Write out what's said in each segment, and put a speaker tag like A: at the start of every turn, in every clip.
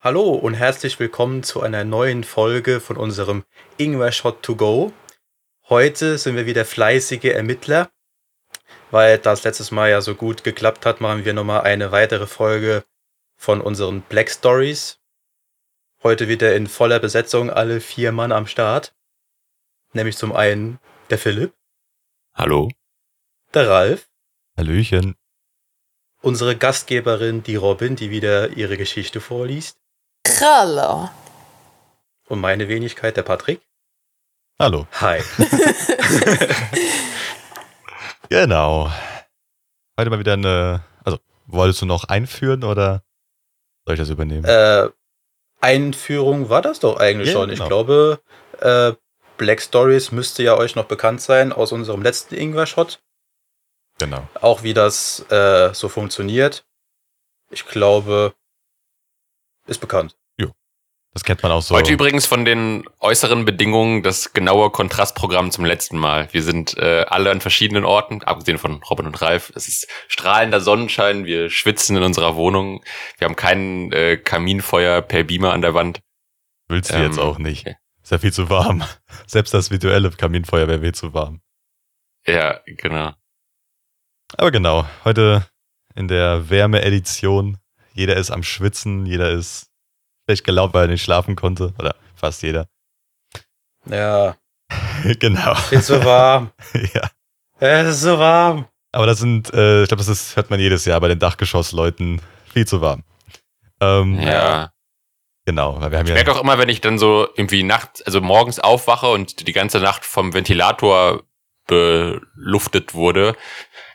A: Hallo und herzlich willkommen zu einer neuen Folge von unserem Ingwer Shot to Go. Heute sind wir wieder fleißige Ermittler, weil das letztes Mal ja so gut geklappt hat, machen wir nochmal eine weitere Folge von unseren Black Stories. Heute wieder in voller Besetzung alle vier Mann am Start. Nämlich zum einen der Philipp,
B: Hallo.
A: der Ralf,
B: Hallöchen.
A: unsere Gastgeberin, die Robin, die wieder ihre Geschichte vorliest
C: Hallo.
A: und meine Wenigkeit, der Patrick.
B: Hallo.
A: Hi.
B: Genau. Heute mal wieder eine. Also, wolltest du noch einführen oder soll ich das übernehmen?
A: äh, Einführung war das doch eigentlich
B: Ja,
A: schon.
B: genau.
A: Ich glaube, äh, Black Stories müsste ja euch noch bekannt sein aus unserem letzten Ingwer-Shot.
B: genau.
A: Auch wie das äh, so funktioniert. Ich glaube, ist bekannt.
B: Das kennt man auch so.
D: Heute übrigens von den äußeren Bedingungen das genaue Kontrastprogramm zum letzten Mal. Wir sind äh, alle an verschiedenen Orten, abgesehen von Robin und Ralf. Es ist strahlender Sonnenschein, wir schwitzen in unserer Wohnung. Wir haben kein äh, Kaminfeuer per Beamer an der Wand.
B: Willst du
D: Ähm,
B: jetzt auch nicht.
D: okay.
B: Ist ja viel zu warm. Selbst das virtuelle Kaminfeuer wäre viel zu warm.
D: Ja, genau.
B: Aber genau, heute in der Wärme-Edition. Jeder ist am Schwitzen, jeder ist schlecht gelaunt, weil er nicht schlafen konnte. Oder fast jeder.
A: Ja,
B: genau.
A: ist so warm.
B: ja.
A: es ist so warm.
B: Aber das sind, äh, ich glaube, das ist, hört man jedes Jahr bei den Dachgeschossleuten. Viel zu warm. Ähm,
D: ja.
B: Genau, weil wir haben
D: Ich
B: ja.
D: merke auch immer, wenn ich dann so irgendwie nachts, also morgens aufwache und die ganze Nacht vom Ventilator beluftet wurde, hab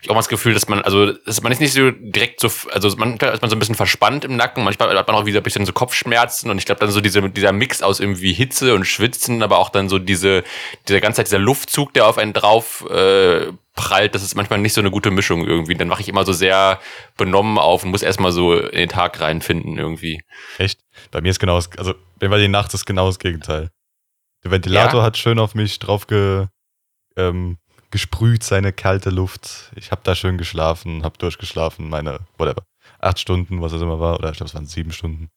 D: ich auch mal das Gefühl, dass man, also dass man ist nicht so direkt so, also manchmal ist man so ein bisschen verspannt im Nacken, manchmal hat man auch wieder ein bisschen so Kopfschmerzen und ich glaube dann so diese, dieser Mix aus irgendwie Hitze und Schwitzen, aber auch dann so diese, dieser ganze Zeit dieser Luftzug, der auf einen drauf äh, prallt, das ist manchmal nicht so eine gute Mischung irgendwie. Dann wache ich immer so sehr benommen auf und muss erstmal so in den Tag reinfinden irgendwie.
B: Bei mir ist genau das, also bei mir die Nacht ist genau das Gegenteil. Der Ventilator hat schön auf mich drauf ge, ähm, gesprüht, seine kalte Luft. Ich habe da schön geschlafen, habe durchgeschlafen, meine, whatever, acht Stunden, was es immer war, oder ich glaube, es waren sieben Stunden.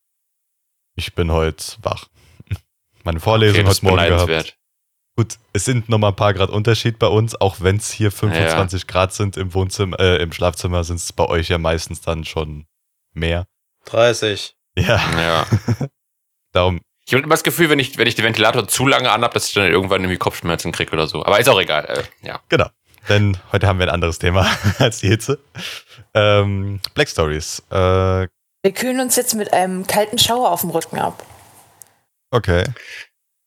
B: Ich bin heute wach. Meine Vorlesung
D: das
B: heute Morgen
D: beneidenswert.
B: gehabt. Gut, es sind nochmal ein paar Grad Unterschied bei uns, auch wenn es hier 25 Grad sind im Wohnzimmer, äh, im Schlafzimmer sind es bei euch ja meistens dann schon mehr.
A: 30.
B: Ja,
D: Ja.
B: darum
D: Ich habe immer das Gefühl, wenn ich, wenn ich den Ventilator zu lange anhab, dass ich dann irgendwann irgendwie Kopfschmerzen kriege oder so. Aber ist auch egal. Äh, ja.
B: Denn heute haben wir ein anderes Thema als die Hitze. Ähm, Black Stories. Äh,
C: Wir kühlen uns jetzt mit einem kalten Schauer auf dem Rücken ab.
B: okay.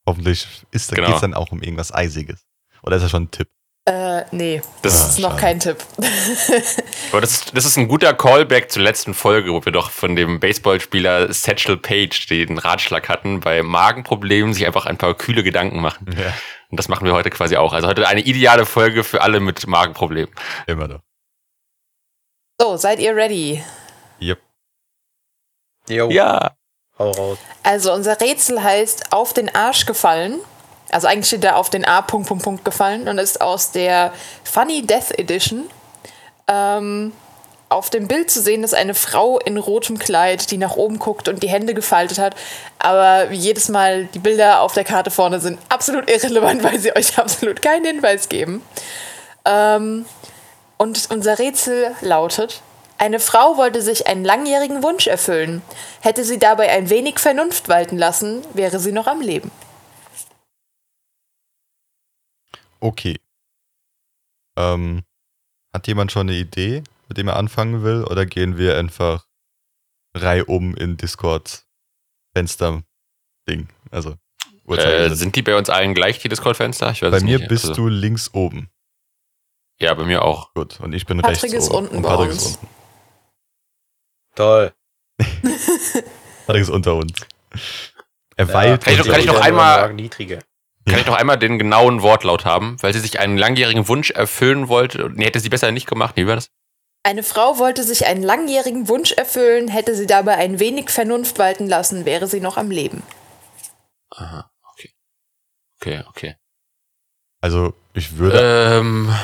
B: Hoffentlich ist
D: Genau.
B: es dann auch um irgendwas Eisiges. Oder ist das schon ein Tipp?
C: Äh, nee,
D: Das
C: das
B: Ah,
C: ist noch
B: schade.
C: kein Tipp.
B: Ah.
D: Aber das ist, das ist ein guter Callback zur letzten Folge, wo wir doch von dem Baseballspieler Satchel Page den Ratschlag hatten, bei Magenproblemen sich einfach ein paar kühle Gedanken machen.
B: Ja.
D: Und das machen wir heute quasi auch. Also heute eine ideale Folge für alle mit Magenproblemen.
B: Immer doch.
C: So, seid ihr ready?
B: Oh,
A: Jo,
D: Ja.
A: hau raus.
C: Also unser Rätsel heißt auf den Arsch gefallen. Also eigentlich steht da auf den A Punkt Punkt Punkt gefallen und ist aus der Funny Death Edition. Ähm, auf dem Bild zu sehen ist eine Frau in rotem Kleid, die nach oben guckt und die Hände gefaltet hat. Aber wie jedes Mal, die Bilder auf der Karte vorne sind absolut irrelevant, weil sie euch absolut keinen Hinweis geben. Ähm, und unser Rätsel lautet: Eine Frau wollte sich einen langjährigen Wunsch erfüllen. Hätte sie dabei ein wenig Vernunft walten lassen, wäre sie noch am Leben.
B: Okay. Ähm, hat jemand schon eine Idee, mit dem er anfangen will? Oder gehen wir einfach reihum in Discord Fenster-Ding? Also,
D: Äh,
B: Uhrzeigersinn.
D: sind die bei uns allen gleich, die Discord-Fenster? Ich weiß
B: Bei
D: es
B: mir
D: nicht.
B: bist
D: Also-
B: du links oben.
D: Ja, bei mir auch.
B: Gut. Und ich bin
C: Patrick
B: rechts
C: ist
B: oben.
C: unten
B: und
C: bei
B: Patrick
C: uns.
B: ist unten.
A: Toll.
B: Allerdings unter uns. Er weilt.
D: Äh, Kann ich noch-
B: unter
D: kann ich noch
A: Niedriger,
D: einmal-
A: Lagen Niedriger.
D: Kann ich noch einmal den genauen Wortlaut haben? Weil sie sich einen langjährigen Wunsch erfüllen wollte. Nee, hätte sie besser nicht gemacht. Nee, wie war das?
C: Eine Frau wollte sich einen langjährigen Wunsch erfüllen, hätte sie dabei ein wenig Vernunft walten lassen, wäre sie noch am Leben.
D: Aha, okay. Okay, okay.
B: also, ich würde
D: Ähm,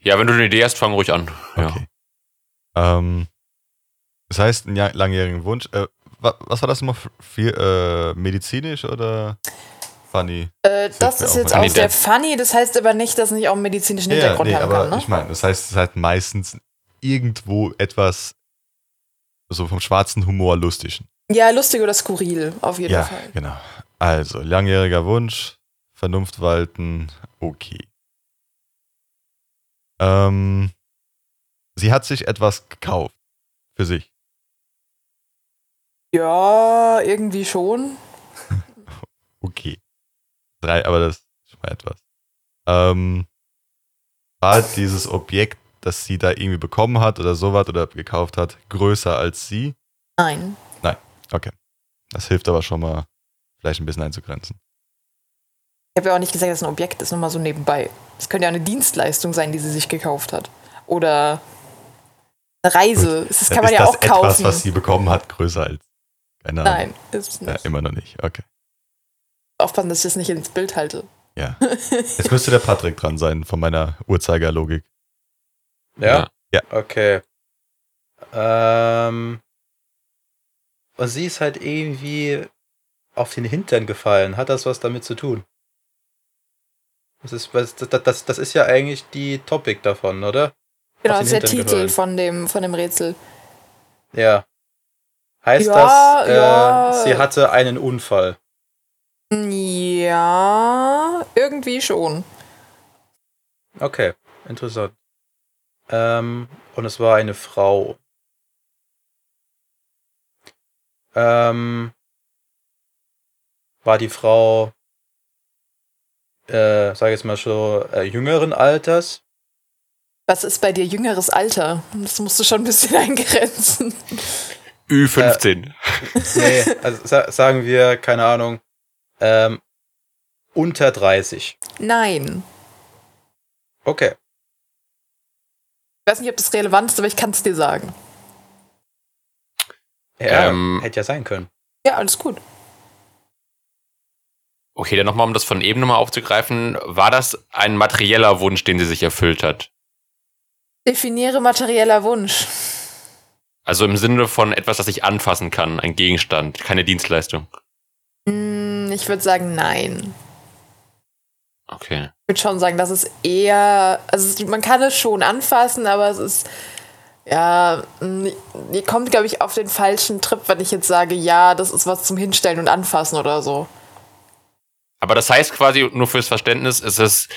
D: ja, wenn du eine Idee hast, fang ruhig an. Äh, Ja.
B: Okay. Ähm, das heißt, einen ja- langjährigen Wunsch. Äh, wa, was war das nochmal? für- Für, äh, medizinisch oder funny?
C: Äh, das
B: mir
C: ist
B: auch
C: jetzt
B: mal-
C: aus der Funny, das heißt aber nicht, dass nicht auch einen medizinischen Hintergrund haben
B: aber
C: kann. Ne?
B: ich meine, das heißt, es ist halt meistens irgendwo etwas so vom schwarzen Humor lustigen.
C: Ja, lustig oder skurril, auf jeden
B: Ja,
C: Fall.
B: genau. Also, langjähriger Wunsch, Vernunft walten, okay. Ähm, sie hat sich etwas gekauft für sich.
C: Ja, irgendwie schon.
B: Okay. Drei, aber das ist schon mal etwas. Ähm, war dieses Objekt, das sie da irgendwie bekommen hat oder sowas oder gekauft hat, größer als sie?
C: Nein.
B: Das hilft aber schon mal, vielleicht ein bisschen einzugrenzen.
C: Ich habe ja auch nicht gesagt, dass es ein Objekt ist, nur mal so nebenbei. Es könnte ja eine Dienstleistung sein, die sie sich gekauft hat. Oder eine Reise. Das kann
B: Dann
C: man ja
B: ist
C: auch
B: das etwas,
C: kaufen.
B: was sie bekommen hat, größer als. Keine Ahnung.
C: Nein, ist es
B: Ja,
C: nicht.
B: immer noch nicht. Okay.
C: Aufpassen, dass ich das nicht ins Bild halte.
B: Ja. Jetzt müsste der Patrick dran sein von meiner Uhrzeigerlogik.
A: Ja?
B: Ja.
A: Okay. Ähm, und sie ist halt irgendwie auf den Hintern gefallen. Hat das was damit zu tun? Das ist, was- das, das, das ist ja eigentlich die Topic davon, oder?
C: Genau,
A: Auf den
C: das ist der
A: Hintern
C: Titel
A: gefallen.
C: von dem, von dem Rätsel.
A: Ja. Heißt
C: Ja,
A: das, äh,
C: ja.
A: sie hatte einen Unfall?
C: Ja, irgendwie schon.
A: Okay, interessant. Ähm, und es war eine Frau. Ähm, war die Frau, äh, sage ich jetzt mal so, äh, jüngeren Alters?
C: Was ist bei dir jüngeres Alter? Das musst du schon ein bisschen eingrenzen.
D: Ü15.
A: Nee, also sa sagen wir, keine Ahnung, ähm, unter 30.
C: Nein.
A: Okay,
C: Ich weiß nicht, ob das relevant ist, aber ich kann es dir sagen.
A: ja,
D: Ähm.
A: hätte ja sein können.
C: Ja, alles gut.
D: Okay, dann nochmal, um das von eben nochmal aufzugreifen. War das ein materieller Wunsch, den sie sich erfüllt hat?
C: Definiere materieller Wunsch.
D: Also im Sinne von etwas, das ich anfassen kann, ein Gegenstand, keine Dienstleistung.
C: Hm, Ich würde sagen, nein.
D: Okay.
C: Ich würde schon sagen, das ist eher. Also, es- man kann es schon anfassen, aber es ist. Ja, hm, ihr kommt, glaube ich, auf den falschen Trip, wenn ich jetzt sage, ja, das ist was zum Hinstellen und Anfassen oder so.
D: Aber das heißt quasi, nur fürs Verständnis, es ist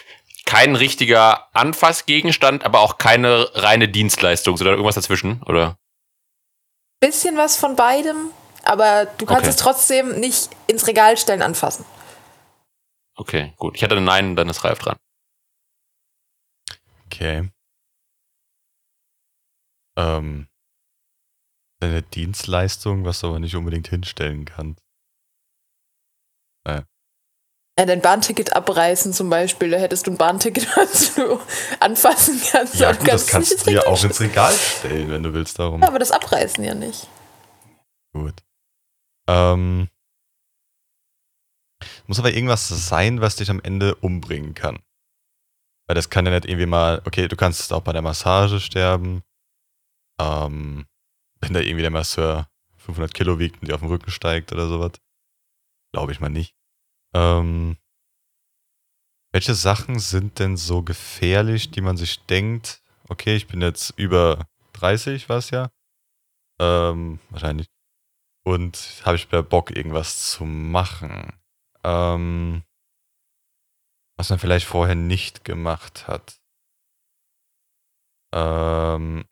D: kein richtiger Anfassgegenstand, aber auch keine reine Dienstleistung, sondern irgendwas dazwischen, oder?
C: Bisschen was von beidem, aber du kannst
D: Okay.
C: es trotzdem nicht ins Regal stellen anfassen.
D: Okay, gut. Ich hatte einen Nein, dann ist Ralf dran.
B: Okay. Ähm, eine Dienstleistung, was du aber nicht unbedingt hinstellen kannst.
C: Ja, dein Bahnticket abreißen zum Beispiel, da hättest du ein Bahnticket, was du anfassen kannst. aber du
B: das
C: kannst es
B: kannst du
C: nicht ins
B: dir
C: Regal
B: auch
C: stellen.
B: ins Regal stellen, wenn du willst, darum.
C: Ja, aber das Abreißen ja nicht.
B: Gut. Ähm, muss aber irgendwas sein, was dich am Ende umbringen kann. Weil das kann ja nicht irgendwie mal, okay, du kannst auch bei der Massage sterben. Ähm, wenn da irgendwie der Masseur 500 Kilo wiegt und dir auf den Rücken steigt oder sowas. Glaube ich mal nicht. Ähm, welche Sachen sind denn so gefährlich, die man sich denkt, okay, ich bin jetzt über 30, was ja? Ähm, wahrscheinlich. Und habe ich wieder Bock, irgendwas zu machen. Ähm, was man vielleicht vorher nicht gemacht hat. Ähm,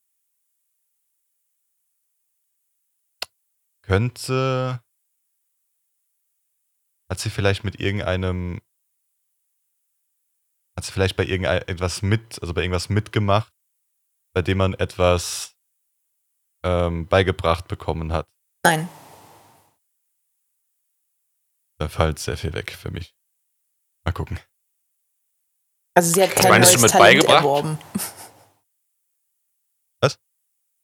B: könnte. Hat sie vielleicht mit irgendeinem. Hat sie vielleicht bei irgendetwas mit, also bei irgendwas mitgemacht, bei dem man etwas ähm, beigebracht bekommen hat.
C: Nein.
B: Da fällt sehr viel weg für mich. Mal gucken.
C: Also sie hat kein
D: meinst du
C: neues
D: mit
C: Talent
D: beigebracht?
C: erworben.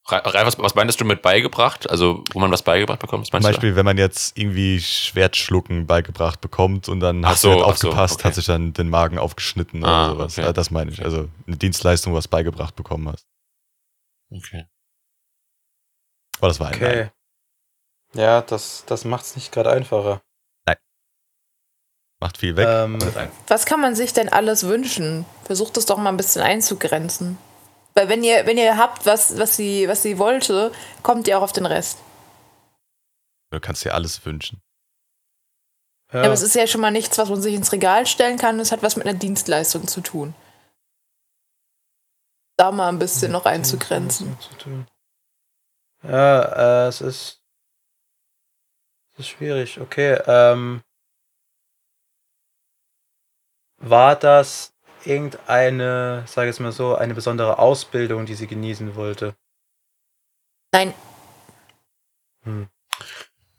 D: Ralf, was, was meinst du mit beigebracht? Also, wo man was beigebracht bekommt? Was
B: Zum
D: meinst du da?
B: Beispiel, wenn man jetzt irgendwie Schwertschlucken beigebracht bekommt und dann
D: Ach
B: hat
D: so,
B: sie halt
D: ach so,
B: aufgepasst,
D: okay.
B: hat sich dann den Magen aufgeschnitten
D: Ah,
B: oder sowas.
D: okay.
B: Äh, Das meine ich. Also eine Dienstleistung, was beigebracht bekommen hast.
D: Okay.
B: Aber das war ein Nein.
A: Okay. Ja, das, das macht's nicht gerade einfacher.
B: Macht viel weg.
A: Ähm,
B: aber nein.
C: Was kann man sich denn alles wünschen? Versucht es doch mal ein bisschen einzugrenzen. Weil wenn ihr, wenn ihr habt, was, was, sie, was sie wollte, kommt ihr auch auf den Rest.
B: Du kannst dir alles wünschen.
C: Ja. Aber es ist ja schon mal nichts, was man sich ins Regal stellen kann. Es hat was mit einer Dienstleistung zu tun. Da mal ein bisschen noch einzugrenzen.
A: Zu tun. Ja, äh, es ist. Es ist schwierig. Okay, ähm. War das irgendeine, sage ich es mal so, eine besondere Ausbildung, die sie genießen wollte?
C: Nein,
A: Hm.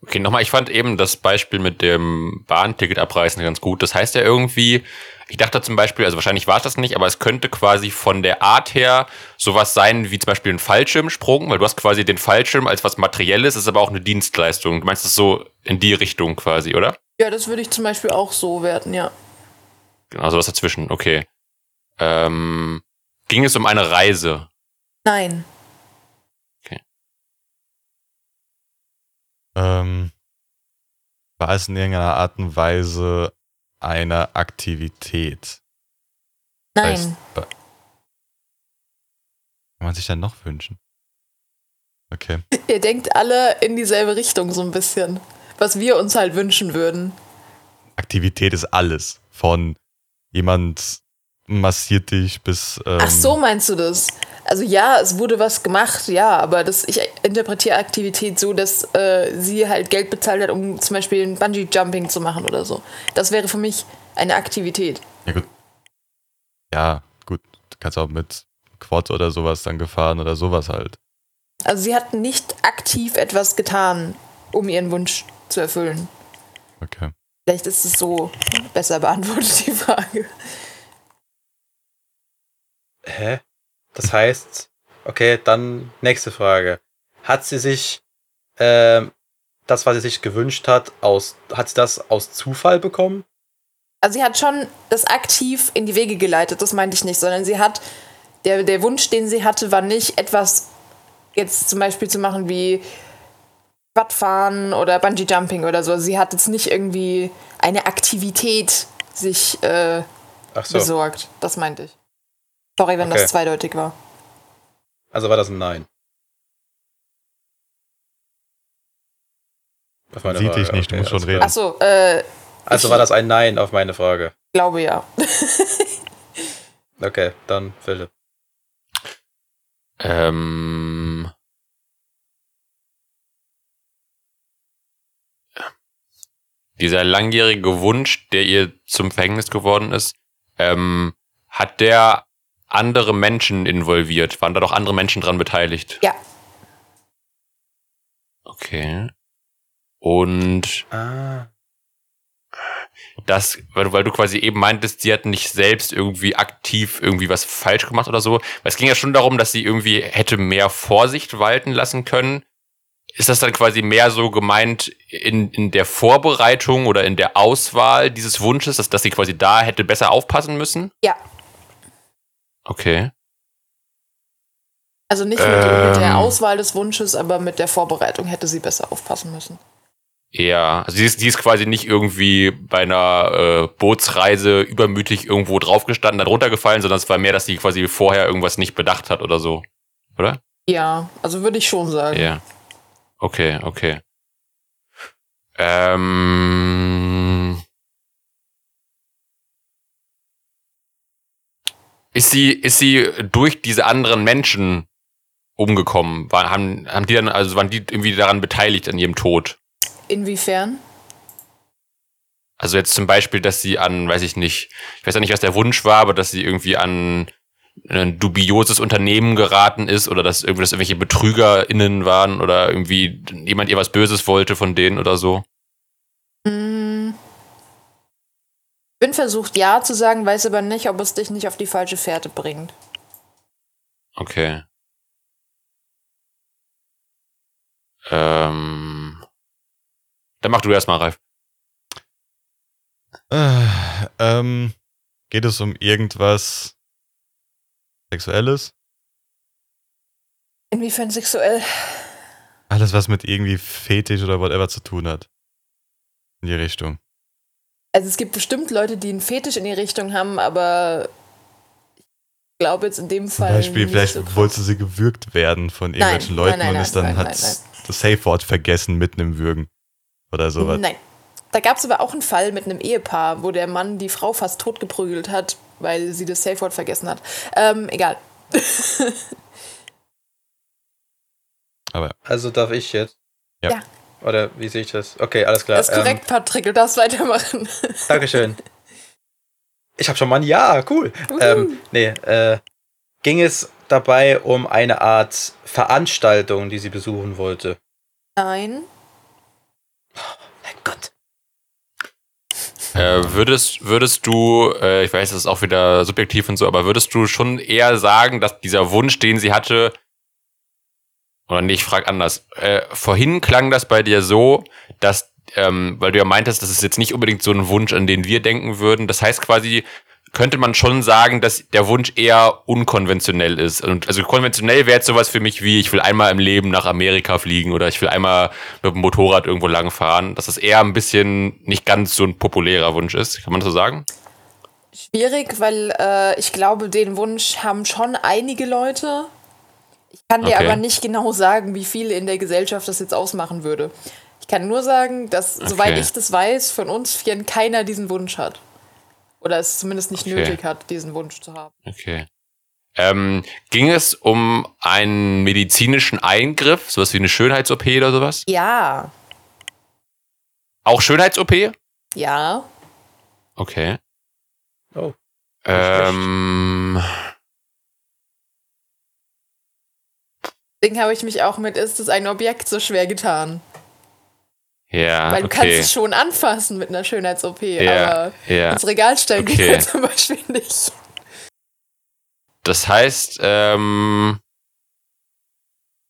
D: Okay, nochmal, ich fand eben das Beispiel mit dem Bahnticket abreißen ganz gut. Das heißt ja irgendwie, ich dachte zum Beispiel, also wahrscheinlich war es das nicht, aber es könnte quasi von der Art her sowas sein wie zum Beispiel ein Fallschirmsprung, weil du hast quasi den Fallschirm als was Materielles, ist aber auch eine Dienstleistung. Du meinst das so in die Richtung quasi, oder?
C: ja, das würde ich zum Beispiel auch so werten, ja.
D: Genau, sowas dazwischen, okay. Ähm, ging es um eine Reise?
C: Nein,
B: Ähm, war es in irgendeiner Art und Weise eine Aktivität?
C: nein.
B: Heißt, be- kann man sich dann noch wünschen? Okay.
C: Ihr denkt alle in dieselbe Richtung so ein bisschen. Was wir uns halt wünschen würden.
B: Aktivität ist alles. Von jemand massiert dich bis. Ähm,
C: Ach so, meinst du das? Also ja, es wurde was gemacht, ja, aber das, ich interpretiere Aktivität so, dass äh, sie halt Geld bezahlt hat, um zum Beispiel ein Bungee-Jumping zu machen oder so. Das wäre für mich eine Aktivität.
B: Ja, gut. Ja, gut. Du kannst auch mit Quad oder sowas dann gefahren oder sowas halt.
C: Also sie hat nicht aktiv etwas getan, um ihren Wunsch zu erfüllen.
B: Okay.
C: Vielleicht ist es so besser beantwortet, die Frage.
A: Hä? Das heißt, okay, dann nächste Frage. Hat sie sich ähm, das, was sie sich gewünscht hat, aus, hat sie das aus Zufall bekommen?
C: Also sie hat schon das aktiv in die Wege geleitet, das meinte ich nicht, sondern sie hat, der, der Wunsch, den sie hatte, war nicht etwas jetzt zum Beispiel zu machen wie Quadfahren oder Bungee Jumping oder so. Sie hat jetzt nicht irgendwie eine Aktivität sich äh,
A: Ach so,
C: besorgt, das meinte ich. Sorry, wenn
A: Okay.
C: das zweideutig war.
A: also war das ein Nein. Auf meine
B: Sieht dich nicht, du musst schon
A: alles
B: reden.
A: klar.
C: Achso, äh,
A: Also war das ein Nein auf meine Frage.
C: glaube ja.
A: Okay, dann Philipp.
D: Ähm. Dieser langjährige Wunsch, der ihr zum Verhängnis geworden ist, ähm, hat der andere Menschen involviert? Waren da doch andere Menschen dran beteiligt?
C: Ja.
D: Okay. Und
A: Ah.
D: das, weil, du- weil du quasi eben meintest, sie hat nicht selbst irgendwie aktiv irgendwie was falsch gemacht oder so. Weil es ging ja schon darum, dass sie irgendwie hätte mehr Vorsicht walten lassen können. Ist das dann quasi mehr so gemeint in, in der Vorbereitung oder in der Auswahl dieses Wunsches, dass, dass sie quasi da hätte besser aufpassen müssen?
C: Ja.
D: Okay.
C: Also nicht mit, mit
D: Ähm.
C: der Auswahl des Wunsches, aber mit der Vorbereitung hätte sie besser aufpassen müssen.
D: Ja, also die ist, die ist quasi nicht irgendwie bei einer äh, Bootsreise übermütig irgendwo draufgestanden, dann runtergefallen, sondern es war mehr, dass sie quasi vorher irgendwas nicht bedacht hat oder so. Oder?
C: Ja, also würde ich schon sagen.
D: Ja. Okay, okay. Ähm. Ist sie, ist sie durch diese anderen Menschen umgekommen? War, haben, haben die dann, also waren die irgendwie daran beteiligt an ihrem Tod?
C: Inwiefern?
D: Also jetzt zum Beispiel, dass sie an, weiß ich nicht, ich weiß ja nicht, was der Wunsch war, aber dass sie irgendwie an ein dubioses Unternehmen geraten ist oder dass irgendwie dass irgendwelche BetrügerInnen waren oder irgendwie jemand ihr was Böses wollte von denen oder so?
C: Mm. Bin versucht, ja zu sagen, weiß aber nicht, ob es dich nicht auf die falsche Fährte bringt.
D: Okay. Ähm. Dann mach du erstmal, Ralf.
B: Äh, ähm, geht es um irgendwas Sexuelles?
C: Inwiefern sexuell?
B: Alles, was mit irgendwie Fetisch oder whatever zu tun hat. In die Richtung.
C: Also es gibt bestimmt Leute, die einen Fetisch in die Richtung haben, aber ich glaube jetzt in dem
B: Zum
C: Fall.
B: Beispiel,
C: nicht
B: vielleicht
C: so krass.
B: wollte sie gewürgt werden von irgendwelchen
C: nein,
B: Leuten
C: nein,
B: und
C: nein,
B: ist dann
C: nein,
B: hat
C: nein,
B: das Safe-Wort vergessen mitten im Würgen. Oder sowas.
C: Nein. Da gab es aber auch einen Fall mit einem Ehepaar, wo der Mann die Frau fast totgeprügelt hat, weil sie das Safe-Word vergessen hat. Ähm, egal.
A: Also darf ich jetzt?
B: Ja.
C: Ja.
A: Oder wie sehe ich das? Okay, alles klar.
C: Das ist korrekt, Patrick, du darfst weitermachen.
A: Ähm, Dankeschön. Ich habe schon mal ein Ja, cool. Ähm, nee, äh, ging es dabei um eine Art Veranstaltung, die sie besuchen wollte?
C: Nein. Oh
A: Mein Gott.
D: Äh, würdest, würdest du, äh, ich weiß, das ist auch wieder subjektiv und so, aber würdest du schon eher sagen, dass dieser Wunsch, den sie hatte, oder nee, ich frage anders. Äh, vorhin klang das bei dir so, dass, ähm, weil du ja meintest, das ist jetzt nicht unbedingt so ein Wunsch, an den wir denken würden. Das heißt quasi, könnte man schon sagen, dass der Wunsch eher unkonventionell ist. Und also konventionell wäre jetzt sowas für mich wie, ich will einmal im Leben nach Amerika fliegen oder ich will einmal mit dem Motorrad irgendwo lang fahren. Dass das eher ein bisschen nicht ganz so ein populärer Wunsch ist. Kann man das so sagen?
C: Schwierig, weil äh, ich glaube, den Wunsch haben schon einige Leute. Ich kann dir
D: Okay.
C: aber nicht genau sagen, wie viele in der Gesellschaft das jetzt ausmachen würde. Ich kann nur sagen, dass, soweit
D: Okay.
C: ich das weiß, von uns vieren keiner diesen Wunsch hat. Oder es zumindest nicht
D: Okay.
C: nötig hat, diesen Wunsch zu haben.
D: Okay. Ähm, ging es um einen medizinischen Eingriff, sowas wie eine Schönheits-OP oder sowas?
C: Ja,
D: Auch Schönheits-OP?
C: ja.
D: Okay.
A: Oh.
D: Ähm,
C: Deswegen habe ich mich auch mit, ist es ein Objekt so schwer getan?
D: ja,
C: weil du kannst
D: Ah,
C: also
D: okay.
C: es schon anfassen mit einer Schönheits-OP,
D: ja,
C: aber
D: ja.
C: ins Regal stellen
D: Okay.
C: geht ja zum Beispiel nicht.
D: Das heißt, ähm,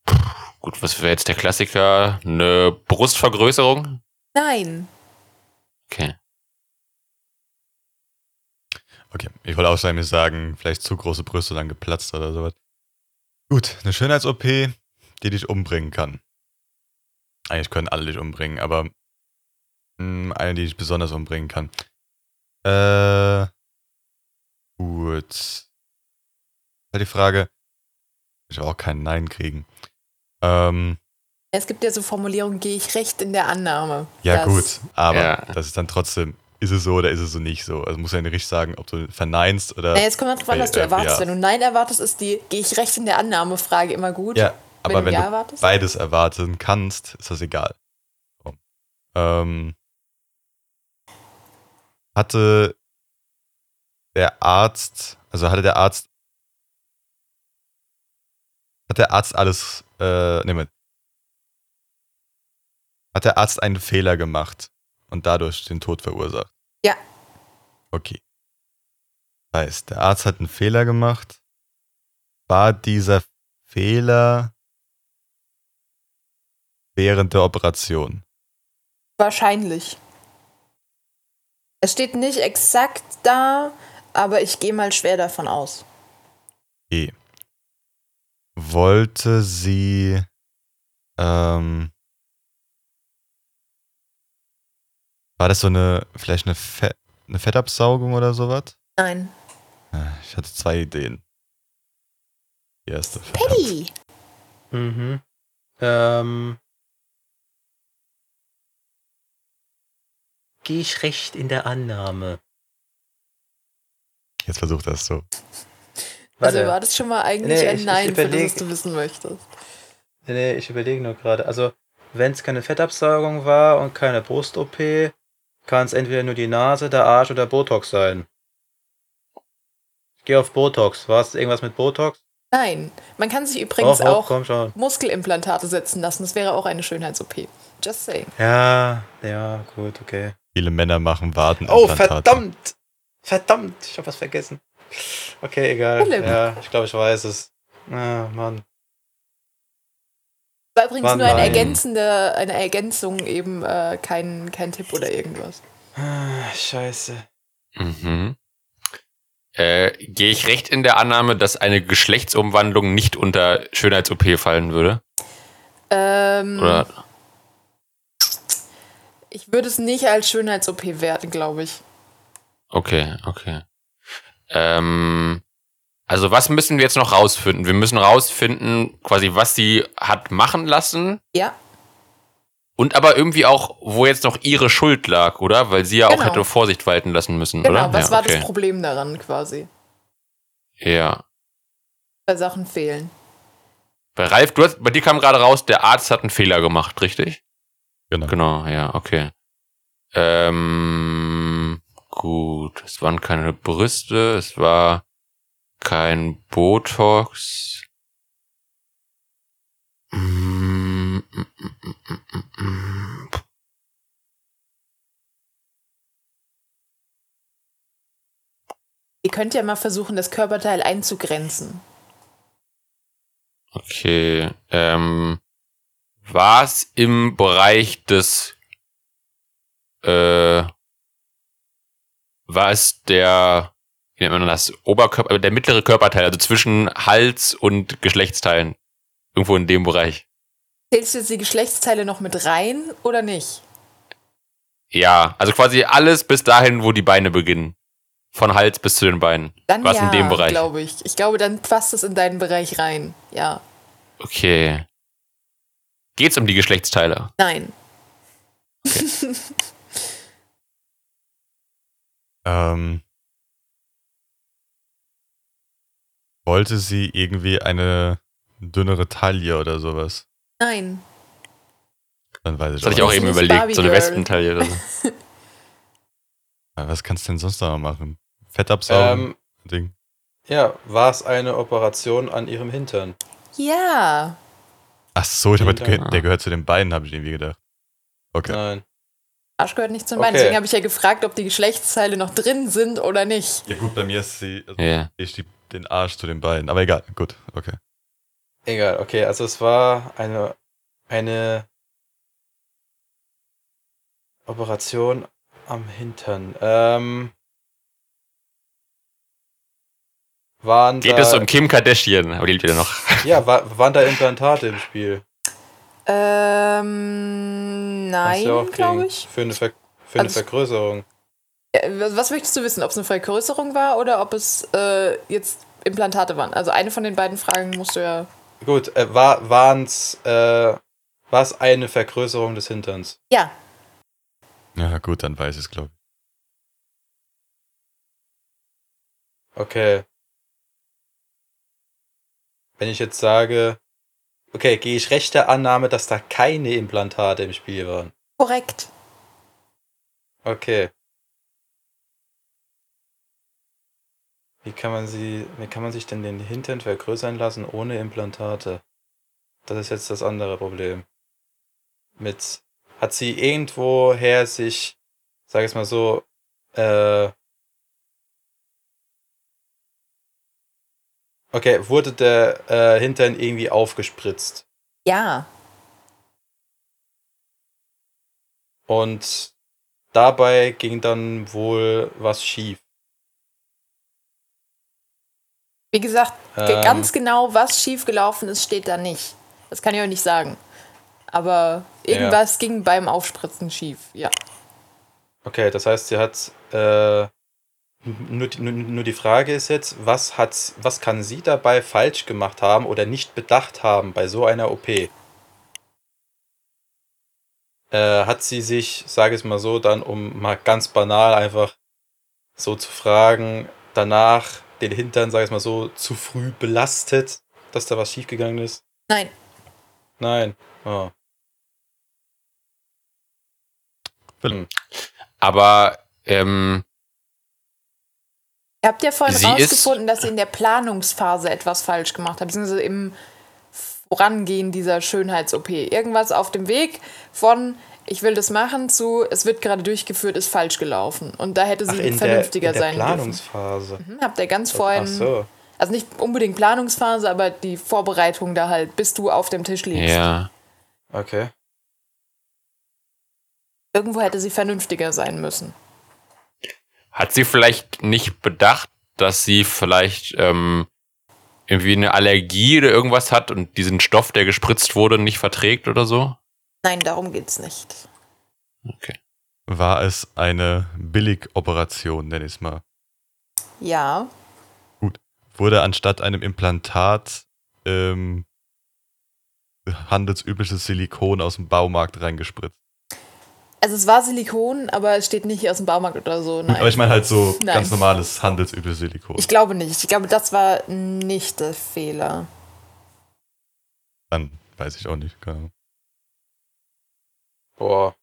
D: pff, gut, was wäre jetzt der Klassiker? Eine Brustvergrößerung?
C: Nein.
D: Okay.
B: Okay, ich wollte auch sagen, mir sagen, vielleicht zu große Brüste dann geplatzt oder sowas. Gut, eine Schönheits-OP, die dich umbringen kann. Eigentlich können alle dich umbringen, aber mh, eine, die dich besonders umbringen kann. Äh, gut. War die Frage, ich will auch keinen Nein kriegen. Ähm,
C: Es gibt ja so Formulierungen, gehe ich recht in der Annahme.
B: ja
C: dass-
B: gut, aber
D: Ja.
B: das ist dann trotzdem, ist es so oder ist es so nicht so? Also muss ja nicht richtig sagen, ob du verneinst oder...
C: Na, jetzt kommt man drauf an, was du
B: Äh, äh,
C: erwartest.
B: ja.
C: Wenn du Nein erwartest, ist die gehe ich recht in der Annahme-Frage immer gut.
B: Ja, aber wenn,
C: du Ja
B: du
C: erwartest.
B: beides erwarten kannst, ist das egal. So. Ähm, hatte der Arzt, also hatte der Arzt, hat der Arzt alles, äh, nee, Moment. hat der Arzt einen Fehler gemacht und dadurch den Tod verursacht?
C: Ja.
B: Okay. Das heißt, der Arzt hat einen Fehler gemacht. War dieser Fehler während der Operation.
C: Wahrscheinlich. Es steht nicht exakt da, aber ich gehe mal schwer davon aus.
B: E. Wollte sie ähm, war das so eine vielleicht eine, Fe eine Fettabsaugung oder sowas?
C: Nein.
B: Ah, Ich hatte zwei Ideen. Die erste. verdammt.
C: Paddy!
A: Mhm. Ähm. Gehe ich recht in der Annahme.
B: Jetzt versucht das so.
C: Also
A: Warte.
C: war das schon mal eigentlich
A: Nee,
C: ein
A: ich- ich
C: Nein, für das
A: überleg-
C: was du wissen möchtest.
A: Nee, nee, ich überlege nur gerade. Also, wenn es keine Fettabsaugung war und keine Brust-OP, kann es entweder nur die Nase, der Arsch oder Botox sein. Geh auf Botox. War es irgendwas mit Botox?
C: Nein, man kann sich übrigens
A: Och, och,
C: auch
A: komm schon.
C: Muskelimplantate setzen lassen. Das wäre auch eine Schönheits-OP. Just saying.
A: Ja, ja, gut, okay.
B: Viele Männer machen Waden.
A: Oh, verdammt! Verdammt, ich hab was vergessen. Okay, egal.
C: Philipp.
A: Ja, ich glaube, ich weiß es. Ah, Mann.
C: War übrigens
A: Wann
C: nur eine
A: nein?
C: ergänzende, eine Ergänzung, eben äh, kein, kein Tipp oder irgendwas.
A: Ah, Scheiße.
D: Mhm. Äh, Gehe ich recht in der Annahme, dass eine Geschlechtsumwandlung nicht unter Schönheits-OP fallen würde?
C: Ähm,
D: Oder?
C: Ich würde es nicht als Schönheits-OP werten, glaube ich.
D: Okay, okay. Ähm, also was müssen wir jetzt noch rausfinden? Wir müssen rausfinden, quasi, was sie hat machen lassen
C: Ja,
D: und aber irgendwie auch, wo jetzt noch ihre Schuld lag, oder? Weil sie ja auch
C: Genau.
D: hätte Vorsicht walten lassen müssen,
C: genau.
D: oder?
C: Was
D: ja,
C: war
D: okay.
C: das Problem daran quasi?
D: Ja.
C: Bei Sachen fehlen.
D: Bei Ralf, du hast, bei dir kam gerade raus, der Arzt hat einen Fehler gemacht, richtig?
B: Genau.
D: Genau, ja, okay. Ähm, gut, es waren keine Brüste, es war kein Botox. Mm, mm, mm, mm, mm, mm.
C: Ihr könnt ja mal versuchen, das Körperteil einzugrenzen.
D: Okay, ähm, war es im Bereich des, äh, war es der, wie nennt man das, Oberkörper, aber der mittlere Körperteil, also zwischen Hals und Geschlechtsteilen, irgendwo in dem Bereich.
C: Zählst du jetzt die Geschlechtsteile noch mit rein oder nicht?
D: Ja, also quasi alles bis dahin, wo die Beine beginnen. Von Hals bis zu den Beinen.
C: Dann
D: War's
C: ja,
D: in dem Bereich?
C: glaube ich. Ich glaube, dann passt es in deinen Bereich rein. Ja.
D: Okay. Geht's um die Geschlechtsteile?
C: Nein.
B: Ähm, wollte sie irgendwie eine dünnere Taille oder sowas?
C: Nein.
B: Dann weiß ich
D: Das hatte ich
B: aber
D: auch
C: ist
D: eben
C: nicht
D: überlegt.
C: Barbie
D: So eine
C: Girl.
D: Wespenteile oder so.
B: nicht. Was kannst du denn sonst noch mal machen? Fett absaugen?
A: Ähm,
B: Ding.
A: ja, war es eine Operation an ihrem Hintern?
C: Ja.
B: Ach so, ich hab,
A: Hinter-
B: ge- der gehört zu den Beinen, habe ich irgendwie gedacht. Okay.
A: Nein.
C: Arsch gehört nicht zum Bein.
A: Okay.
C: Deswegen habe ich ja gefragt, ob die Geschlechtsteile noch drin sind oder nicht.
B: Ja gut, bei mir ist sie, also
D: Ja.
B: ich schieb den Arsch zu den Beinen. Aber egal, gut, okay.
A: Egal, okay, also es war eine, eine Operation am Hintern. Ähm, waren da,
D: Geht es um Kim Kardashian? Aber die lebt ja noch.
A: Ja, war, waren da Implantate im Spiel?
C: Ähm,
A: Kannst du ja
C: nein,
A: auch
C: glaube
A: kriegen.
C: ich.
A: Für eine, Ver für eine
C: Also-
A: Vergrößerung.
C: Äh, Was was möchtest du wissen, ob es eine Vergrößerung war oder ob es äh, jetzt Implantate waren? Also eine von den beiden Fragen musst du ja.
A: Gut, äh, war, waren's, äh, war's eine Vergrößerung des Hinterns?
C: Ja.
B: Ja gut, dann weiß ich es, glaube ich.
A: Okay. Wenn ich jetzt sage, okay, gehe ich recht der Annahme, dass da keine Implantate im Spiel waren.
C: Korrekt.
A: Okay. Wie kann man sie, wie kann man sich denn den Hintern vergrößern lassen ohne Implantate? Das ist jetzt das andere Problem. Mit, hat sie irgendwoher sich, sag ich mal so, äh, okay, wurde der äh, Hintern irgendwie aufgespritzt?
C: Ja.
A: Und dabei ging dann wohl was schief.
C: Wie gesagt, ge-
A: Ähm.
C: ganz genau, was schiefgelaufen ist, steht da nicht. Das kann ich euch nicht sagen. Aber irgendwas ging beim Aufspritzen schief. Ja.
A: Okay, das heißt, sie hat. Äh, nur, die- nur, nur die Frage ist jetzt, was, hat's, was kann sie dabei falsch gemacht haben oder nicht bedacht haben bei so einer OP? Äh, Äh, hat sie sich, sage ich mal so, dann, um mal ganz banal einfach so zu fragen, danach den Hintern, sage ich mal so, zu früh belastet, dass da was schiefgegangen ist?
C: Nein.
A: Nein. Oh. Hm.
D: Aber ähm,
C: Ihr habt ja vorhin
D: Sie ist-
C: rausgefunden, dass ihr in der Planungsphase etwas falsch gemacht habt, beziehungsweise im Vorangehen dieser Schönheits-OP. Irgendwas auf dem Weg von ich will das machen zu es wird gerade durchgeführt, ist falsch gelaufen. Und da hätte sie vernünftiger
A: in der
C: sein dürfen.
A: Planungsphase.
C: Hm, Habt ihr ganz
A: Ach
C: vorhin,
A: so.
C: also nicht unbedingt Planungsphase, aber die Vorbereitung da halt, bis du auf dem Tisch liegst.
D: Ja.
A: Okay.
C: Irgendwo hätte sie vernünftiger sein müssen.
D: Hat sie vielleicht nicht bedacht, dass sie vielleicht ähm, irgendwie eine Allergie oder irgendwas hat und diesen Stoff, der gespritzt wurde, nicht verträgt oder so?
C: Nein, darum geht's nicht.
B: War es eine Billigoperation, nenn ich es mal.
C: Ja,
B: Wurde anstatt einem Implantat ähm, handelsübliches Silikon aus dem Baumarkt reingespritzt.
C: also es war Silikon, aber es steht nicht aus dem Baumarkt oder so. Nein.
B: Gut, aber ich meine halt so
C: Nein.
B: ganz normales handelsübliches Silikon.
C: Ich glaube nicht. Ich glaube, das war nicht der Fehler.
B: Dann weiß ich auch nicht. Keine Ahnung.
A: Boah.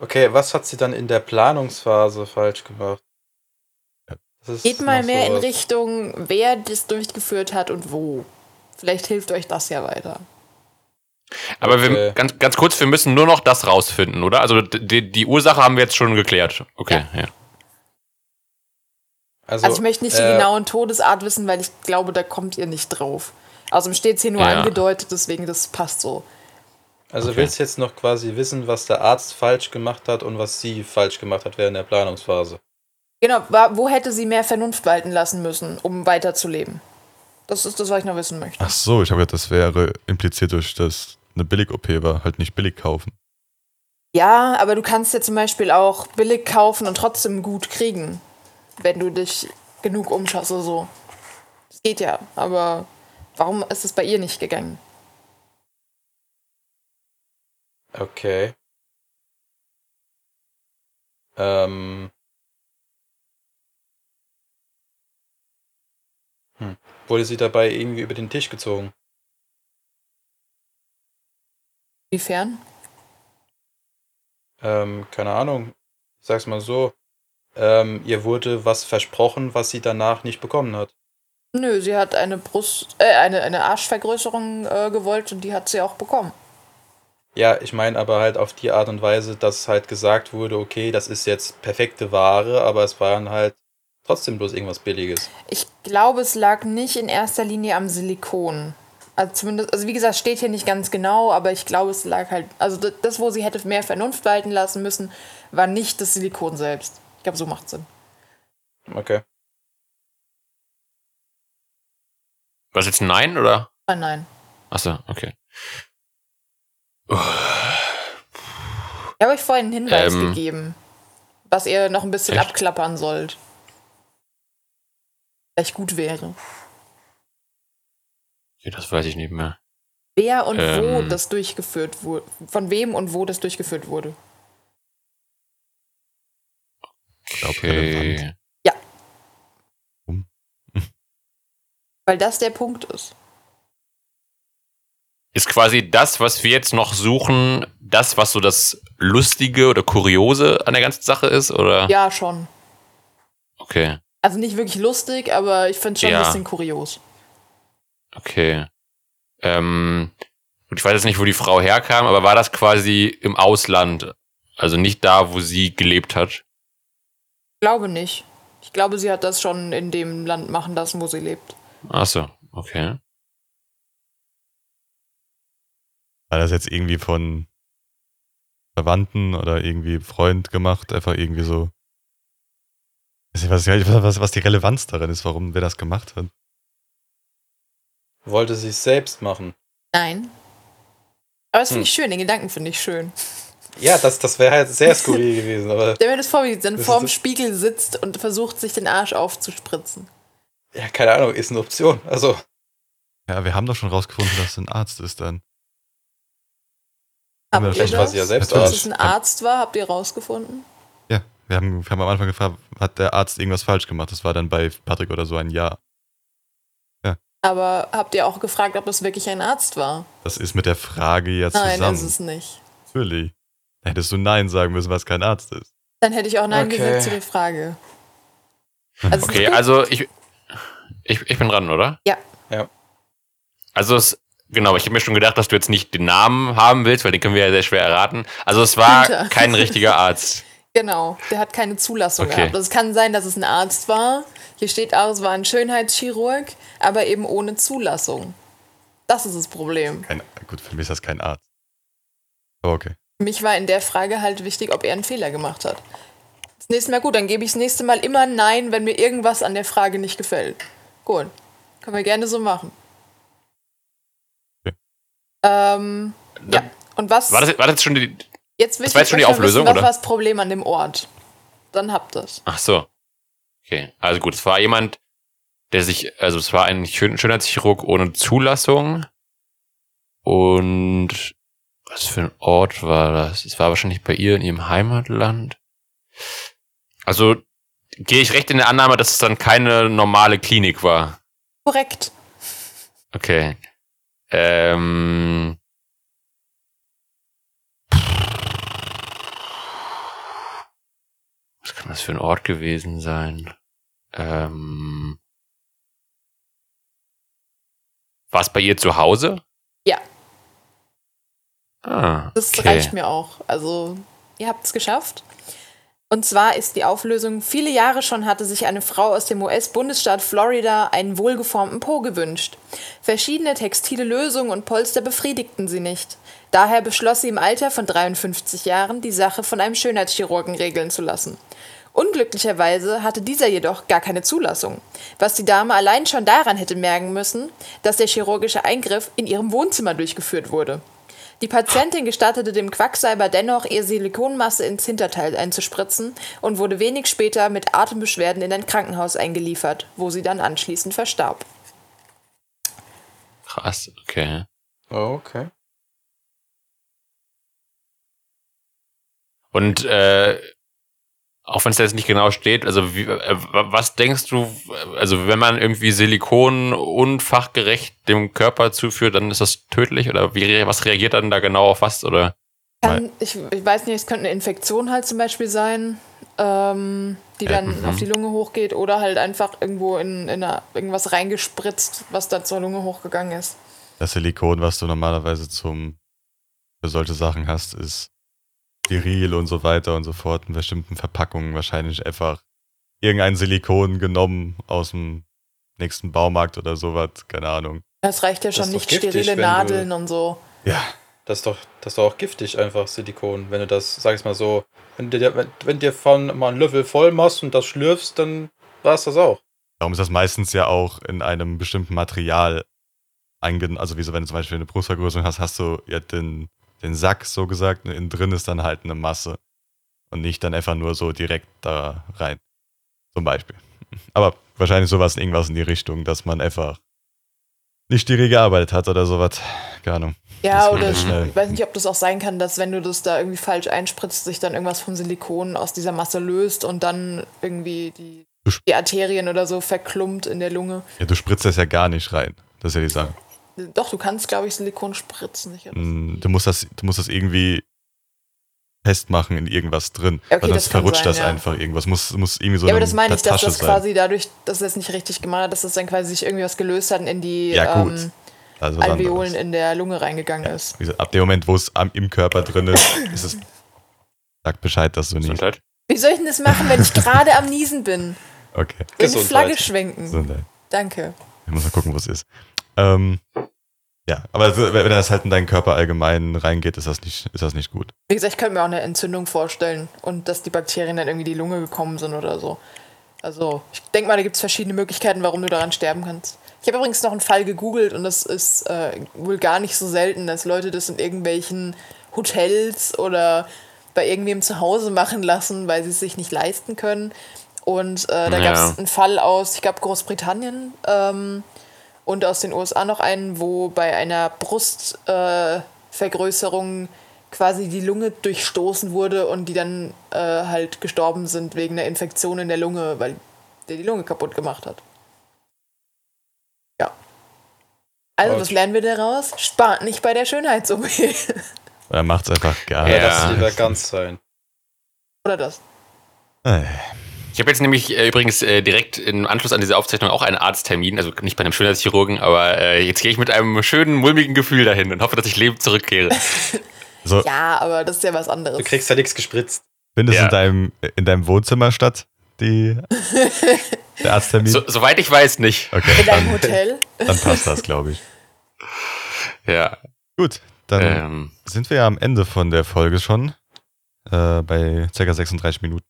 A: Okay, was hat sie dann in der Planungsphase falsch gemacht?
B: Ja.
A: Das ist
C: Geht mal
A: noch
C: mehr in
A: sowas.
C: Richtung, wer das durchgeführt hat und wo. Vielleicht hilft euch das ja weiter.
D: Aber wir,
A: Okay.
D: ganz, ganz kurz, wir müssen nur noch das rausfinden, oder? Also die, die Ursache haben wir jetzt schon geklärt. Okay, ja.
A: Also,
C: Also ich möchte nicht die
A: äh,
C: genauen Todesart wissen, weil ich glaube, da kommt ihr nicht drauf. Außerdem steht es hier nur
D: Ja.
C: angedeutet, deswegen das passt so.
A: Also
D: Okay.
A: willst du jetzt noch quasi wissen, was der Arzt falsch gemacht hat und was sie falsch gemacht hat während der Planungsphase?
C: Genau, wa- wo hätte sie mehr Vernunft walten lassen müssen, um weiterzuleben? Das ist das, was ich noch wissen möchte.
B: Ach so, ich habe gedacht, das wäre impliziert durch das eine Billig-OP war, halt nicht billig kaufen.
C: Ja, aber du kannst ja zum Beispiel auch billig kaufen und trotzdem gut kriegen, wenn du dich genug umschaust oder so. Das geht ja, aber warum ist es bei ihr nicht gegangen?
A: Okay. Ähm. Hm. Wurde sie dabei irgendwie über den Tisch gezogen?
C: Inwiefern?
A: Ähm, keine Ahnung. Ich sag's mal so. Ähm, ihr wurde was versprochen, was sie danach nicht bekommen hat.
C: Nö, sie hat eine Brust, äh, eine, eine Arschvergrößerung äh, gewollt und die hat sie auch bekommen.
A: Ja, ich meine aber halt auf die Art und Weise, dass halt gesagt wurde, okay, das ist jetzt perfekte Ware, aber es waren halt trotzdem bloß irgendwas Billiges.
C: Ich glaube, es lag nicht in erster Linie am Silikon. Also zumindest, also wie gesagt, steht hier nicht ganz genau, aber ich glaube, es lag halt, also d- das, wo sie hätte mehr Vernunft walten lassen müssen, war nicht das Silikon selbst. Ich glaube, so macht Sinn.
A: Okay.
D: Was jetzt ein Nein oder?
C: Ah, nein.
D: Achso, okay.
C: Ich habe euch vorhin einen Hinweis
D: Ähm.
C: gegeben, was ihr noch ein bisschen
D: Echt?
C: abklappern sollt. Vielleicht gut wäre.
D: okay. Das weiß ich nicht mehr.
C: Wer und wo
D: Ähm.
C: das durchgeführt wurde, von wem und wo das durchgeführt wurde.
B: glaub,
D: Okay.
B: relevant.
C: Weil das der Punkt ist.
D: Ist quasi das, was wir jetzt noch suchen, das, was so das Lustige oder Kuriose an der ganzen Sache ist? Oder?
C: Ja, schon.
D: Okay,
C: Also nicht wirklich lustig, aber ich finde es schon
D: Ja.
C: ein bisschen kurios.
D: okay. Ähm, und ich weiß jetzt nicht, wo die Frau herkam, aber war das quasi im Ausland? Also nicht da, wo sie gelebt hat?
C: Ich glaube nicht. Ich glaube, sie hat das schon in dem Land machen lassen, wo sie lebt.
D: Achso, okay.
B: War das jetzt irgendwie von Verwandten oder irgendwie Freund gemacht? Einfach irgendwie so. Also Weiß nicht, Was, was, was die Relevanz darin ist, warum wer das gemacht hat.
A: Wollte sie es selbst machen.
C: Nein. Aber das finde ich
D: Hm.
C: schön, den Gedanken finde ich schön.
A: Ja, das, das wäre halt sehr skurril gewesen, aber
C: Stell mir das vor, wie sie dann
A: Das ist
C: vorm
A: das-
C: Spiegel sitzt und versucht, sich den Arsch aufzuspritzen.
A: ja, keine Ahnung, ist eine Option. Also,
B: Ja, wir haben doch schon rausgefunden, dass es ein Arzt ist dann.
C: Habt ihr
B: vielleicht
A: vielleicht war sie ja
C: das?
A: selbst
C: Dass
B: Natürlich.
A: Arzt.
C: es ein Arzt war, habt ihr rausgefunden?
B: Ja, wir haben, wir haben am Anfang gefragt, hat der Arzt irgendwas falsch gemacht? Das war dann bei Patrick oder so ein Ja.
C: Aber habt ihr auch gefragt, ob es wirklich ein Arzt war?
B: Das ist mit der Frage ja
C: Nein,
B: zusammen.
C: ist es nicht.
B: Natürlich. Da hättest du Nein sagen müssen, weil es kein Arzt ist.
C: Dann hätte ich auch Nein
A: Okay.
C: gesagt zu der Frage. Also,
D: Okay, also ich, ich, ich bin dran, oder?
C: Ja.
A: Ja.
D: Also es, genau, ich habe mir schon gedacht, dass du jetzt nicht den Namen haben willst, weil den können wir ja sehr schwer erraten. Also es war
C: Günther.
D: kein richtiger Arzt.
C: Genau, der hat keine Zulassung
D: Okay.
C: gehabt. Also es kann sein, dass es ein Arzt war. Hier steht auch, es war ein Schönheitschirurg, aber eben ohne Zulassung. Das ist das Problem.
B: Kein, gut, für mich ist das kein Arzt. Aber okay.
C: Für mich war in der Frage halt wichtig, ob er einen Fehler gemacht hat. Das nächste Mal gut, dann gebe ich das nächste Mal immer ein Nein, wenn mir irgendwas an der Frage nicht gefällt. Gut, können wir gerne so machen.
B: Ja.
C: Ähm,
D: Da-
C: ja. Und was
D: War das, war das schon die.
C: jetzt wichtig?
D: war jetzt schon die
C: dass wir wissen,
D: Auflösung,
C: was
D: oder?
C: war das Problem an dem Ort? Dann habt ihr's.
D: Ach so. Okay. Also gut, es war jemand, der sich, also es war ein Schön Schönheitschirurg ohne Zulassung. Und was für ein Ort war das? Es war wahrscheinlich bei ihr in ihrem Heimatland. Also gehe ich recht in der Annahme, dass es dann keine normale Klinik war.
C: Korrekt.
D: Okay. Ähm. Was kann das für ein Ort gewesen sein? Ähm. War es bei ihr zu Hause?
C: Ja.
D: Ah,
C: Das reicht mir auch. Also, ihr habt es geschafft. Und zwar ist die Auflösung, viele Jahre schon hatte sich eine Frau aus dem US-Bundesstaat Florida einen wohlgeformten Po gewünscht. Verschiedene textile Lösungen und Polster befriedigten sie nicht. Daher beschloss sie im Alter von 53 Jahren, die Sache von einem Schönheitschirurgen regeln zu lassen. Unglücklicherweise hatte dieser jedoch gar keine Zulassung, was die Dame allein schon daran hätte merken müssen, dass der chirurgische Eingriff in ihrem Wohnzimmer durchgeführt wurde. Die Patientin gestattete dem Quacksalber dennoch, ihr Silikonmasse ins Hinterteil einzuspritzen und wurde wenig später mit Atembeschwerden in ein Krankenhaus eingeliefert, wo sie dann anschließend verstarb.
D: Krass, okay.
A: Okay.
D: Und äh, auch wenn es jetzt nicht genau steht, also wie, äh, wa- was denkst du, äh, also wenn man irgendwie Silikon unfachgerecht dem Körper zuführt, dann ist das tödlich oder wie, re- was reagiert dann da genau auf was oder?
C: Kann, ich, ich weiß nicht, es könnte eine Infektion halt zum Beispiel sein, ähm, die
D: Ja,
C: dann
D: mhm.
C: auf die Lunge hochgeht oder halt einfach irgendwo in, in eine, irgendwas reingespritzt, was dann zur Lunge hochgegangen ist.
B: Das Silikon, was du normalerweise zum für solche Sachen hast, ist steril und so weiter und so fort. In bestimmten Verpackungen wahrscheinlich einfach irgendein Silikon genommen aus dem nächsten Baumarkt oder sowas, keine Ahnung.
C: Das reicht ja
A: Das
C: schon
A: ist doch
C: nicht,
A: giftig,
C: sterile
A: wenn du-
C: Nadeln und so.
B: Ja.
A: Das ist doch, das ist doch auch giftig, einfach Silikon. Wenn du das, sag ich mal so, wenn du dir, wenn, wenn dir von mal einen Löffel voll machst und das schlürfst, dann war es das auch.
B: Darum ist das meistens ja auch in einem bestimmten Material eingenommen. Also wie so, wenn du zum Beispiel eine Brustvergrößerung hast, hast du ja den, den Sack so gesagt und innen drin ist dann halt eine Masse und nicht dann einfach nur so direkt da rein. Zum Beispiel. Aber wahrscheinlich sowas in irgendwas in die Richtung, dass man einfach nicht die gearbeitet hat oder sowas. Keine Ahnung.
C: Ja,
B: Das
C: oder
B: geht
C: ich
B: schnell.
C: weiß nicht, ob das auch sein kann, dass wenn du das da irgendwie falsch einspritzt, sich dann irgendwas vom Silikon aus dieser Masse löst und dann irgendwie die, die Arterien oder so verklumpt in der Lunge.
B: Ja, du spritzt das ja gar nicht rein. Das ist ja die Sache.
C: Doch, du kannst, glaube ich, Silikon spritzen. Ich hab das-
B: Mm, Du musst das, du musst das irgendwie festmachen in irgendwas drin.
C: Okay,
B: weil sonst
C: das kann
B: verrutscht
C: sein,
B: das
C: ja.
B: einfach irgendwas. Muss, muss irgendwie so
C: ja, aber
B: eine
C: das meine ich, dass
B: Tasche
C: das
B: sein.
C: quasi dadurch, dass es nicht richtig gemacht hat, dass das dann quasi sich irgendwie was gelöst hat und in die
B: Ja, gut.
C: ähm,
B: also was
C: Alveolen
B: anderes.
C: in der Lunge reingegangen ist.
B: Wie gesagt, ab dem Moment, wo es am, im Körper drin ist, ist es. Sag Bescheid, dass du nicht.
D: Gesundheit?
C: Wie soll ich denn das machen, wenn ich gerade am Niesen bin?
B: Okay.
C: Soll ich die
A: Gesundheit.
C: Flagge schwenken?
B: Gesundheit.
C: Danke.
B: Ich muss mal gucken, wo es ist. Ähm, ja, aber so, wenn wenn das halt in deinen Körper allgemein reingeht, ist das nicht, ist das nicht gut.
C: Wie gesagt, ich könnte mir auch eine Entzündung vorstellen und dass die Bakterien dann irgendwie die Lunge gekommen sind oder so. Also, ich denke mal, da gibt es verschiedene Möglichkeiten, warum du daran sterben kannst. Ich habe übrigens noch einen Fall gegoogelt und das ist äh, wohl gar nicht so selten, dass Leute das in irgendwelchen Hotels oder bei irgendwem zu Hause machen lassen, weil sie es sich nicht leisten können. Und äh, da
D: Ja.
C: gab es einen Fall aus, ich glaube, Großbritannien ähm, und aus den USA noch einen, wo bei einer Brustvergrößerung äh, Vergrößerung quasi die Lunge durchstoßen wurde und die dann äh, halt gestorben sind wegen einer Infektion in der Lunge, weil der die Lunge kaputt gemacht hat. Ja. Also,
A: Ouch.
C: was lernen wir daraus? Spart nicht bei der Schönheits-OP.
B: Oder macht's einfach gar
D: Ja.
A: Ja. Das
B: nicht.
A: lieber ganz sein.
C: Oder das.
B: Äh,
D: Ich habe jetzt nämlich äh, übrigens äh, direkt im Anschluss an diese Aufzeichnung auch einen Arzttermin, also nicht bei einem Schönheitschirurgen, aber äh, jetzt gehe ich mit einem schönen, mulmigen Gefühl dahin und hoffe, dass ich lebend zurückkehre.
B: So,
C: Ja, aber das ist ja was anderes.
A: Du kriegst ja nichts gespritzt.
B: findet es
D: Ja.
B: in, deinem, in deinem Wohnzimmer statt, die, der Arzttermin?
D: So, soweit ich weiß nicht.
B: Okay,
C: In einem
B: dann,
C: Hotel.
B: dann passt das, glaube ich.
D: Ja.
B: Gut, dann
D: Ähm,
B: sind wir ja am Ende von der Folge schon. Äh, bei ca. 36 Minuten.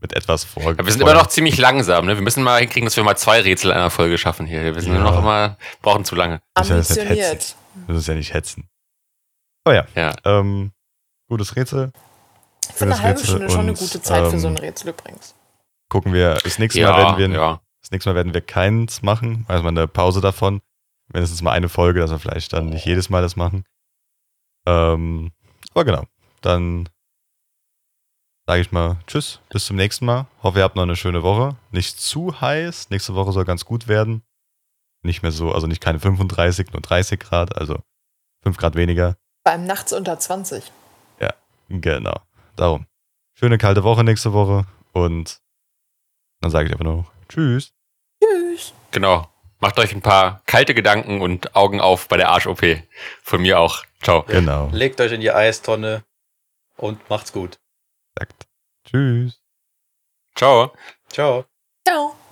B: Mit etwas vor.
D: aber wir sind immer noch ziemlich langsam, ne? Wir müssen mal hinkriegen, dass wir mal zwei Rätsel in einer Folge schaffen hier. Wir sind
B: Ja.
D: nur noch immer, brauchen zu lange.
B: Ist ja das nicht
C: Ambitioniert.
B: Wir müssen ja nicht hetzen. Aber ja,
D: Ja.
B: ähm, gutes Rätsel.
C: Für eine
B: Das
C: halbe
B: Rätsel
C: Stunde schon eine
B: und,
C: gute Zeit für so ein
B: ähm,
C: Rätsel übrigens.
B: Gucken wir, das nächste
D: ja,
B: Mal werden wir,
D: ja.
B: das nächste Mal werden wir keins machen, also mal eine Pause davon. Mindestens mal eine Folge, dass wir vielleicht dann nicht jedes Mal das machen. Ähm, aber genau, dann sage ich mal Tschüss, bis zum nächsten Mal. Hoffe, ihr habt noch eine schöne Woche. Nicht zu heiß, nächste Woche soll ganz gut werden. Nicht mehr so, also nicht keine 35, nur 30 Grad, also 5 Grad weniger.
C: Beim Nachts unter 20.
B: Genau, darum. Schöne kalte Woche nächste Woche und dann sage ich einfach nur Tschüss.
C: Tschüss.
D: Genau. Macht euch ein paar kalte Gedanken und Augen auf bei der Arsch-OP. Von mir auch. Ciao.
B: Genau.
A: Legt euch in die Eistonne und macht's gut.
B: Exakt. Tschüss.
D: Ciao.
A: Ciao.
C: Ciao.